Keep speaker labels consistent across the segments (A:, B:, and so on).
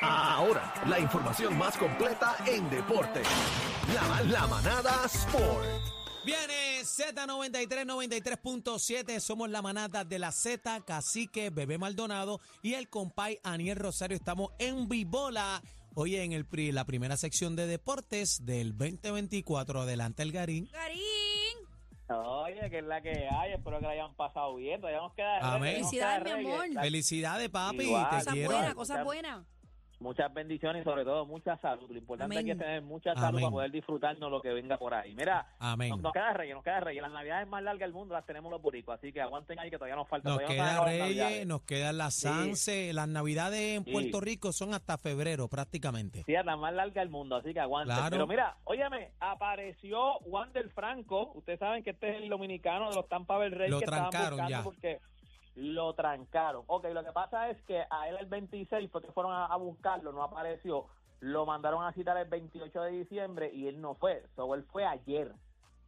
A: Ahora, la información más completa en deporte. La, la manada Sport.
B: Viene Z93, 93.7. Somos la manada de la Z, Cacique, Bebé Maldonado y el compay Aniel Rosario. Estamos en Vibola. Oye, en el pri- la primera sección de deportes del 2024. Adelante el Garín.
C: Karim.
D: Oye, que es la que hay. Espero que la hayan pasado bien. Todavía nos queda.
B: Amén.
D: nos
C: Felicidades,
D: queda
C: mi
D: reggae.
C: amor.
B: Felicidades, papi.
D: Igual.
B: Te
D: Esa
C: Cosas
B: quiero.
C: buenas, cosas buenas.
D: Muchas bendiciones y sobre todo mucha salud. Lo importante
C: Amén.
D: aquí es tener mucha salud
B: Amén.
D: para poder disfrutarnos lo que venga por ahí. Mira,
B: Amén.
D: nos, nos queda reyes, nos queda reyes. Las navidades más largas del mundo las tenemos los boricos, así que aguanten ahí que todavía nos falta.
B: Nos
D: todavía
B: queda
D: nos quedan las
B: Reyes,
D: navidades.
B: nos quedan las
D: Sí.
B: Sanse. Las Navidades en
D: Sí.
B: Puerto Rico son hasta febrero prácticamente.
D: Sí, es la más larga del mundo, así que aguanten.
B: Claro.
D: Pero mira, óyeme, apareció Juan del Franco. Ustedes saben que este es el dominicano de los Tampa Bay Rays
B: Lo
D: que estaban
B: trancaron
D: buscando
B: ya.
D: porque lo trancaron. Ok, lo que pasa es que a él el 26 fue que fueron a, a buscarlo, no apareció. Lo mandaron a citar el 28 de diciembre y él no fue. So, él fue ayer.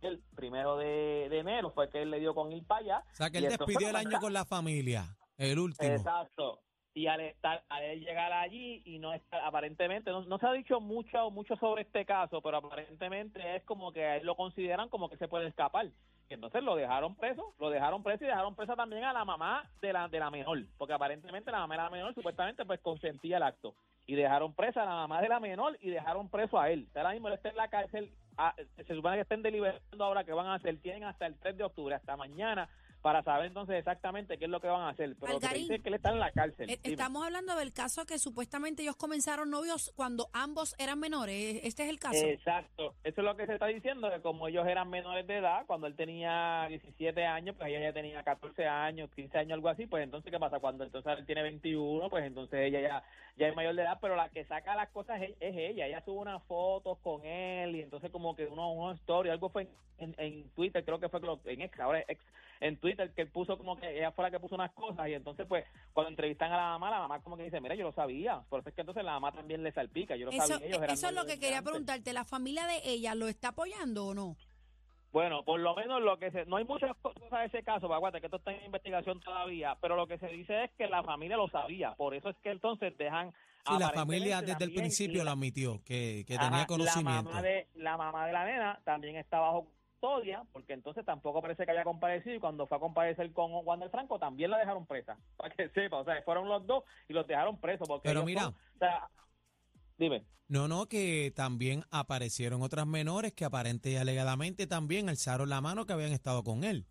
D: El primero de, de enero fue que él le dio con ir para allá.
B: O sea, que
D: Y
B: él
D: esto fue
B: despidió el
D: lo
B: año
D: tranca-
B: con la familia. El último.
D: Exacto. Y al estar, al él llegar allí y no estar, aparentemente, no, no se ha dicho mucho, mucho sobre este caso, pero aparentemente es como que a él lo consideran como que se puede escapar. Y entonces lo dejaron preso, lo dejaron preso y dejaron presa también a la mamá de la, de la menor, porque aparentemente la mamá de la menor supuestamente pues consentía el acto. Y dejaron presa a la mamá de la menor y dejaron preso a él. O sea, Ahora mismo él está en la cárcel, ah, se supone que estén deliberando ahora que van a hacer, tienen hasta el 3 de octubre, hasta mañana, para saber entonces exactamente qué es lo que van a hacer. Pero lo que
C: Algarín.
D: dice es que él está en la cárcel.
C: Eh,
D: Dime.
C: Estamos hablando del caso que supuestamente ellos comenzaron novios cuando ambos eran menores. Este es el caso.
D: Eh, Exacto, eso es lo que se está diciendo, que como ellos eran menores de edad, cuando él tenía 17 años, pues ella ya tenía 14 años, 15 años, algo así, pues entonces, ¿qué pasa? Cuando entonces él tiene 21, pues entonces ella ya, ya es mayor de edad, pero la que saca las cosas es, es ella, ella sube unas fotos con él y entonces como que uno, una story, algo fue en, en- en Twitter, creo que fue que lo- en ex, ahora es ex, en Twitter, que él puso como que ella fue la que puso unas cosas y entonces pues cuando entrevistan a la mamá, la mamá como que dice, mira, yo lo sabía, por eso es que entonces la mamá también le salpica, yo lo
C: Eso, e,
D: sabía, ellos eran
C: eso es lo
D: novios
C: que
D: desde
C: quería
D: antes".
C: preguntarte. ¿La familia de ella lo está apoyando o no?
D: Bueno, por lo menos lo que se... No hay muchas co- cosas de ese caso, Baguata, que esto está en investigación todavía, pero lo que se dice es que la familia lo sabía, por eso es que entonces dejan...
B: Sí, la
D: aparentemente
B: familia desde el
D: también
B: principio
D: la-
B: lo admitió, que, que
D: Ajá,
B: tenía
D: La
B: conocimiento.
D: mamá, de, la mamá de la nena también está bajo custodia, porque entonces tampoco parece que haya comparecido, y cuando fue a comparecer con Juan del Franco también la dejaron presa, para que sepa, o sea, fueron los dos y los dejaron presos. Porque
B: Pero
D: ellos
B: mira.
D: son- o sea, dime.
B: No, no, que también aparecieron otras menores que aparente y alegadamente también alzaron la mano que habían estado con él.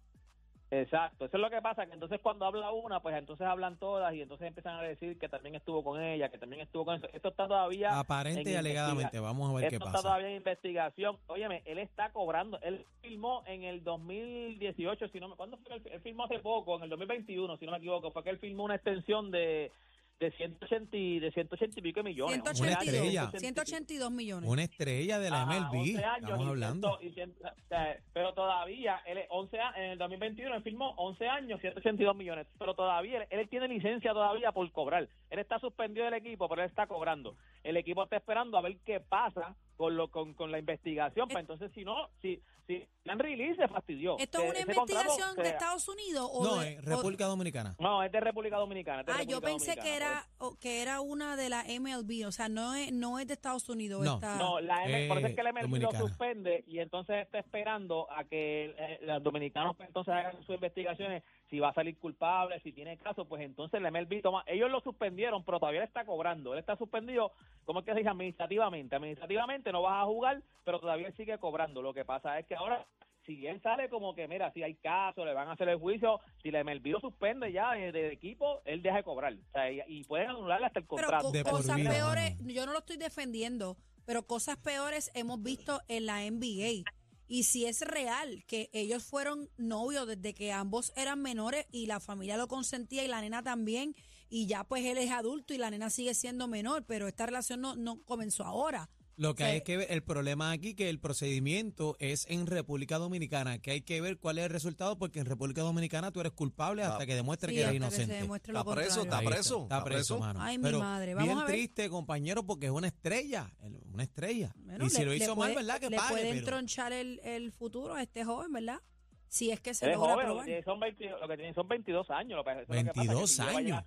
D: Exacto, eso es lo que pasa, que entonces cuando habla una, pues entonces hablan todas y entonces empiezan a decir que también estuvo con ella, que también estuvo con eso. Esto está todavía,
B: Aparente y
D: en
B: alegadamente,
D: investiga-
B: vamos a ver Ah, pues, qué
D: esto está
B: pasa.
D: todavía en investigación. Óyeme, él está cobrando, él filmó en el 2018, si no me, ¿cuándo fue? que Él, fi- él filmó hace poco, en el 2021, si no me equivoco, fue que él filmó una extensión de de 180 y, de 180 y pico de millones.
C: 182,
B: estrella.
C: 182 millones.
B: Una estrella de la
D: Ajá, 11
B: MLB,
D: años
B: estamos
D: y
B: hablando.
D: 100, y 100, o sea, pero todavía, él es 11, a- en el 2021 él firmó 11 años, 182 millones. Pero todavía, él, él tiene licencia todavía por cobrar. Él está suspendido del equipo, pero él está cobrando. El equipo está esperando a ver qué pasa con lo con, con la investigación. Para entonces, si no, si, si dan release, se fastidió.
C: Eh. ¿Esto es
D: Eh,
C: una
D: ese contrato
C: investigación de
D: se-
C: Estados Unidos o
B: No,
C: de-
B: en
C: o-
B: República Dominicana.
D: No, es de República Dominicana. es de
C: Ah, yo
D: República
C: pensé que
D: Dominicana,
C: era o que era una de la MLB, o sea, no es no es de Estados Unidos
B: No.
C: esta-
D: No, la M, por eso es que la
B: Eh,
D: MLB
B: dominicana.
D: lo suspende y entonces está esperando a que eh, los dominicanos pues, entonces hagan sus investigaciones, si va a salir culpable, si tiene caso, pues entonces la MLB toma, ellos lo suspendieron, pero todavía le está cobrando, él está suspendido, ¿cómo es que se dice? Administrativamente, administrativamente no vas a jugar, pero todavía él sigue cobrando, lo que pasa es que ahora... Si él sale como que, mira, si hay caso, le van a hacer el juicio, si la MLB lo suspende ya de- del equipo, él deja de cobrar. O sea, y, y pueden anularle hasta el
C: pero
D: contrato.
C: co-
B: De por
C: cosas
B: vida,
C: peores,
B: mano.
C: yo no lo estoy defendiendo, pero cosas peores hemos visto en la NBA. Y si es real que ellos fueron novios desde que ambos eran menores y la familia lo consentía y la nena también, y ya pues él es adulto y la nena sigue siendo menor, pero esta relación no, no comenzó ahora.
B: Lo que
C: Sí.
B: hay es que ver, el problema aquí que el procedimiento es en República Dominicana, que hay que ver cuál es el resultado, porque en República Dominicana tú eres culpable hasta
E: Ah.
B: que demuestre
C: Sí,
B: que eres
C: hasta que se
B: inocente.
C: demuestre lo
E: Está preso,
C: contrario.
E: está
B: Ahí
E: preso,
B: Está preso, mano.
C: Ay, mi
B: Pero
C: madre, vamos
B: bien
C: a ver.
B: triste, compañero, porque es una estrella. el- Una estrella.
C: Bueno,
B: y si
C: le-
B: lo
C: le
B: hizo mal,
C: puede-
B: ¿verdad? Que
C: le
B: pague.
C: pueden
B: pero-
C: tronchar el, el futuro a este joven, ¿verdad? Si es que se
D: Él es
C: logra
D: joven, lo que
C: probar.
D: tiene son 22, lo que tiene son 22 años. Lo que, eso es lo que pasa, que
B: 22
D: si lleva ya-
B: años.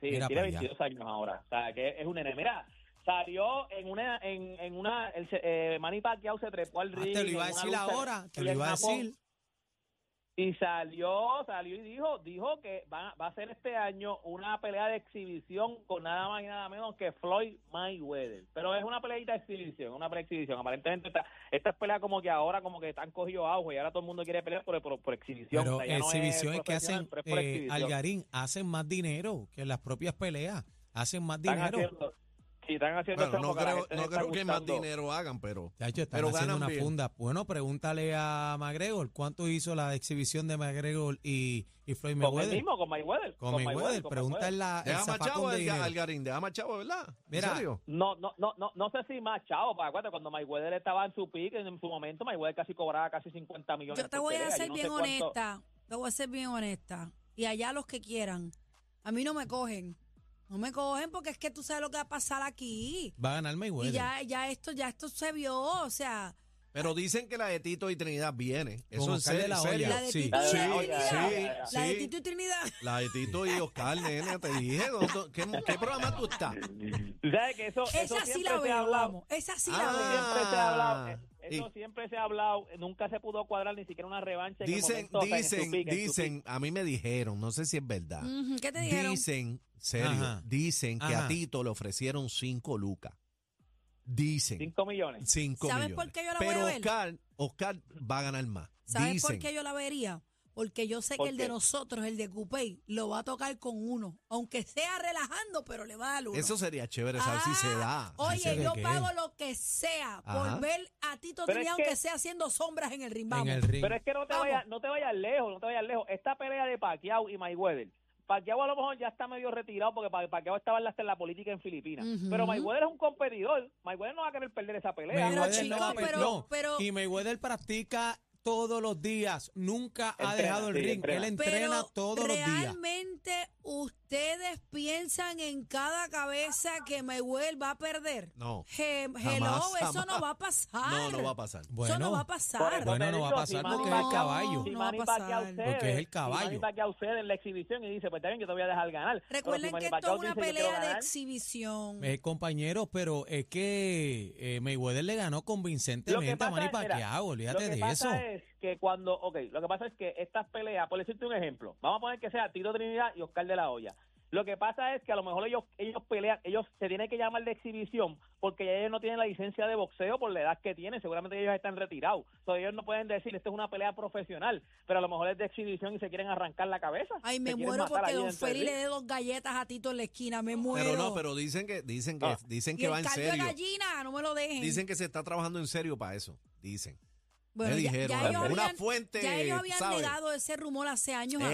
D: Sí,
B: Mira
D: tiene
B: para allá.
D: 22 años ahora. O sea, que es un nene. Mira, salió en una. En, en una el, se- eh, Manny Pacquiao se trepó al
B: Ah,
D: ring.
B: te lo iba a
D: en una
B: decir
D: lucha
B: ahora, te
D: y
B: lo
D: el
B: iba a
D: Japón.
B: decir.
D: Y salió, salió y dijo, dijo que va, va a ser este año una pelea de exhibición con nada más y nada menos que Floyd Mayweather. Pero es una peleita de exhibición, una pelea de exhibición. Aparentemente esta, esta es pelea como que ahora como que están cogido auge y ahora todo el mundo quiere pelear por, por, por exhibición.
B: Pero
D: O sea, ya no es
B: exhibición es, que
D: profesional,
B: hacen,
D: pero es por
B: eh,
D: exhibición.
B: Algarín, hacen más dinero que las propias peleas. Hacen más
D: Están
B: dinero.
D: haciendo- sí, están haciendo
E: Bueno,
D: eso
E: no
D: porque a la
E: creo,
D: gente
E: no
D: le está
E: creo que más
D: gustando.
E: dinero hagan, pero.
B: Chacho, están
E: Pero
B: haciendo
E: ganan
B: una
E: bien.
B: funda. Bueno, pregúntale a McGregor cuánto hizo la exhibición de McGregor y, y Floyd
D: Con el
B: Mayweather.
D: mismo, con Mayweather.
B: Con Mayweather,
D: con
B: pregúntale la, el
E: Deja más
B: zapacón
E: chavo
B: de
E: al,
B: dinero.
E: Algarín, deja más chavo, ¿verdad? ¿En
B: Mira,
E: serio?
D: No, no, no, no, no sé si más chavo, para acuérdate, cuando Mayweather estaba en su pique, en su momento, Mayweather casi cobraba casi 50 millones.
C: Yo te
D: por
C: voy a
D: pelea,
C: ser
D: yo no
C: bien
D: sé cuánto-
C: honesta. Te voy a ser bien honesta. Y allá los que quieran. A mí no me cogen. No me cogen porque es que tú sabes lo que va a pasar aquí.
B: Va a ganar
C: Y
B: Mayweather.
C: ya, ya esto, ya esto se vio. O sea,
E: Pero dicen que la de Tito y Trinidad viene. Eso
B: Con
E: en
B: Oscar de
E: serio.
B: la
E: en
B: Hoya.
E: serio.
C: la de
B: sí.
C: Tito y
D: Sí,
C: Trinidad.
E: sí,
C: La de
E: sí.
C: Tito y Trinidad.
E: La de Tito y Oscar, nene, te dije. ¿no? ¿Qué, qué programa tú estás?
D: Tú sabes que eso, eso
C: Esa sí
D: siempre
C: la
D: se ha
C: veo,
D: hablado.
C: vamos. Esa sí
E: Ah,
C: la
D: Eso
C: veo.
D: siempre se ha hablado. eh,
E: y-
D: Eso siempre se ha hablado. eh, Nunca se pudo cuadrar ni siquiera una revancha. en el
E: Dicen,
D: momento, o sea, en su
E: dicen,
D: pique, en su pique.
E: dicen, a mí me dijeron, no sé si es verdad.
C: Ujú, ¿Qué Mm, te dijeron?
E: Dicen, serio,
B: Ajá.
E: dicen que
B: Ajá.
E: a Tito le ofrecieron cinco lucas. Dicen
D: Cinco millones.
E: cinco
C: ¿Sabes
E: millones.
C: por qué yo la voy
E: Pero
C: a ver?
E: Oscar, Oscar va a ganar más.
C: ¿Sabes
E: dicen,
C: por qué yo la vería? Porque yo sé
D: ¿Por
C: que el
D: qué?
C: de nosotros, el de Coupé, lo va a tocar con uno. Aunque sea relajando, pero le va a dar uno.
E: Eso sería chévere, saber si se
C: Ah,
E: da.
B: ¿Sí se
C: Oye,
B: ve
C: yo
B: qué?
C: pago lo que sea
E: Ajá.
C: por ver a Tito
D: Pero
C: Trinidad,
D: es que-
C: aunque sea haciendo sombras en el ring.
B: en
C: vamos.
B: el ring.
D: Pero es que no te
C: Vamos.
D: vayas, no te vayas lejos, no te vayas lejos. Esta pelea de Pacquiao y Mayweather. Pacquiao a lo mejor ya está medio retirado porque Pa- Pacquiao estaba en la, hasta en la política en Filipinas.
C: Ujú.
D: Pero Mayweather es un competidor. Mayweather no va a querer perder esa pelea.
C: Pero,
B: Mayweather no va a
C: chicos,
B: pe-
C: pero-
B: no.
C: pero-
B: Y Mayweather practica todos los días. Nunca ha
D: Entrena,
B: dejado el
D: sí,
B: ring.
D: entrena.
B: Él
C: Pero
B: entrena todos los días.
C: realmente ustedes piensan en cada cabeza que Mayweather va a perder.
E: No.
C: Je- hello,
E: Jamás,
C: eso no
E: jamás.
C: va a pasar.
E: No, no va a pasar.
C: eso no va a
D: Por
C: pasar.
D: eso
B: Bueno,
D: te
B: no va a
D: digo,
B: pasar
D: Manny
C: porque es
D: Pacquiao-
B: caballo.
D: si
C: No va a
D: Manny
C: pasar.
D: Pacquiao cede,
B: Porque es el
D: si Manny
B: caballo.
D: Pacquiao cede en la exhibición y dice, pues también yo te voy a dejar ganar. Pero si
C: Recuerden
D: Manny
C: que esto
D: Pacquiao
C: es una
D: dice, yo quiero
C: pelea de
D: ganar,
C: exhibición.
B: Eh, compañeros, pero es que eh, Mayweather le ganó
D: Lo que
B: convincentemente a
D: pasa
B: Manny
D: es, mira,
B: Pacquiao. Olvídate
D: lo que
B: de eso.
D: pasa es que cuando, ok, lo que pasa es que estas peleas, por decirte un ejemplo, vamos a poner que sea Tito Trinidad y Oscar de la Hoya. Lo que pasa es que a lo mejor ellos ellos pelean, ellos se tienen que llamar de exhibición porque ya ellos no tienen la licencia de boxeo por la edad que tienen, seguramente ellos están retirados. Entonces ellos no pueden decir, esto es una pelea profesional, pero a lo mejor es de exhibición y se quieren arrancar la cabeza.
C: Ay,
D: Se
C: me
D: quieren
C: muero
D: matar
C: porque
D: ahí
C: Don
D: dentro del
C: Feli le
D: ring.
C: dé dos galletas a Tito en la esquina. Me muero.
E: Pero no, pero dicen que, dicen que,
D: Ah.
E: dicen
C: y
E: que va
C: el
E: en
C: caldo de
E: serio.
C: gallina, no me lo dejen.
E: Dicen que se está trabajando en serio para eso. Dicen.
C: Bueno,
E: me
C: ya-
E: dijeron.
C: ya ellos
E: una
C: habían-
E: fuente.
C: Ya ellos habían
E: ¿sabe?
C: negado ese rumor hace años
E: Eva,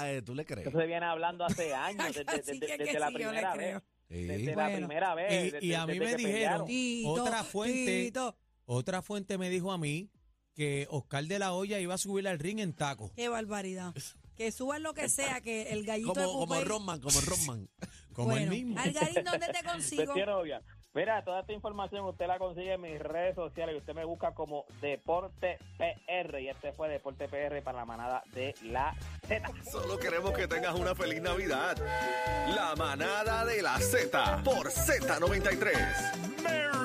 C: atrás.
E: eh, ¿Tú le crees?
D: Eso se viene hablando hace años, desde,
C: Así que,
D: desde-
C: que
D: desde la
C: sí, yo le
D: primera
C: creo.
D: vez.
E: Sí.
D: Desde la
C: Bueno.
D: primera vez.
B: Y- y
D: desde-
B: a mí
D: desde
B: me
D: que
B: dijeron-
D: pelearon.
C: Tito,
B: Otra fuente.
C: Tito.
B: Otra fuente me dijo a mí que Oscar de la Hoya iba a subir al ring en taco.
C: Qué barbaridad. Que suban lo que sea, que el gallito de
E: Como, como
C: Cupey-
E: Roman, como Roman.
B: Como él
C: Bueno,
B: mismo.
C: Algarín, ¿dónde te consigo?
D: Cuestión obvia. Mira, toda esta información usted la consigue en mis redes sociales y usted me busca como Deporte PR. Y este fue Deporte PR para la manada de la Z.
A: Solo queremos que tengas una feliz Navidad. La manada de la Z por Z93. ¡Merry